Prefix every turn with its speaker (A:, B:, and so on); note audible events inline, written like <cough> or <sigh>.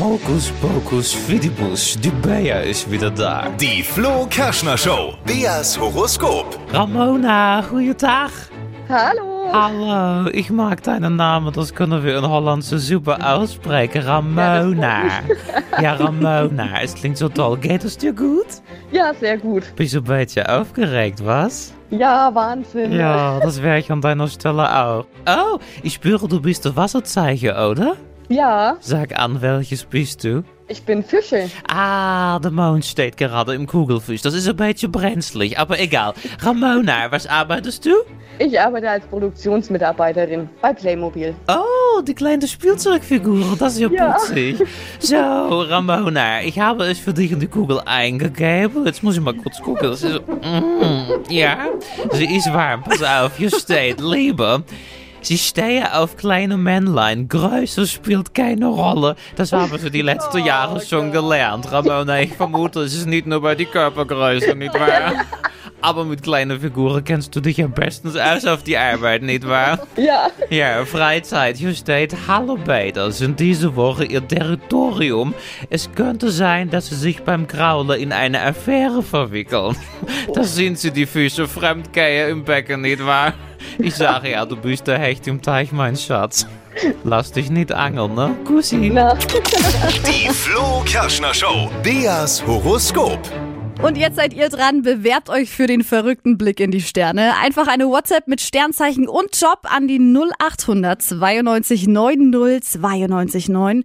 A: Hokus pokus fidibus, die Bea ist wieder da.
B: Die Flo Kerschner Show. Beas Horoskop.
A: Ramona, goeiedag.
C: Hallo.
A: Hallo, ich mag deinen Namen, das können wir in Hollandse super aussprechen. Ramona. <laughs> Ja, Ramona, es klingt so toll. Geht es dir gut?
C: Ja, sehr gut.
A: Bist du ein bisschen aufgeregt, was?
C: Ja, Wahnsinn.
A: Ja, das wäre ich an deiner Stelle auch. Oh, ich spüre, du bist der Wasserzeichen, oder?
C: Ja,
A: Sag an, welches bist du?
C: ich bin Fische.
A: Ah, de Mond steht gerade im Kugelfuß. Das ist ein bisschen brenzlig, aber egal. Ramona, was arbeitest du?
C: Ich arbeite als Produktionsmitarbeiterin bei Playmobil.
A: Oh, die kleine Spielzeugfigur, das ist ja,
C: Ja.
A: putzig. So, Ramona, ich habe es für dich in die Kugel eingegeben. Jetzt muss ich mal kurz gucken. Das ist, mm, ja, sie ist warm. Pass auf, hier steht, Liebe. Sie stehen auf kleine Männlein. Größe spielt keine Rolle. Das haben wir die letzten Jahre schon gelernt. Ramona, ich vermute, es ist nicht nur bei die Körpergröße, nicht wahr? Aber mit kleinen Figuren kennst du dich ja bestens aus auf die Arbeit, nicht wahr?
C: Ja,
A: Ja, Freizeit. Hier steht, hallo beiden sind diese Woche ihr Territorium. Es könnte sein, dass sie sich beim Kraulen in eine Affäre verwickeln. Da sind sie die Füße fremdgehen im Becken, nicht wahr? Ich sage ja, du bist der Hecht im Teich, mein Schatz. Lass dich nicht angeln, ne? Kussi.
C: na.
B: Die Flo Kerschner Show. Beas Horoskop.
D: Und jetzt seid ihr dran, bewerbt euch für den verrückten Blick in die Sterne. Einfach eine WhatsApp mit Sternzeichen und Job an die 0800 92 90 92 9.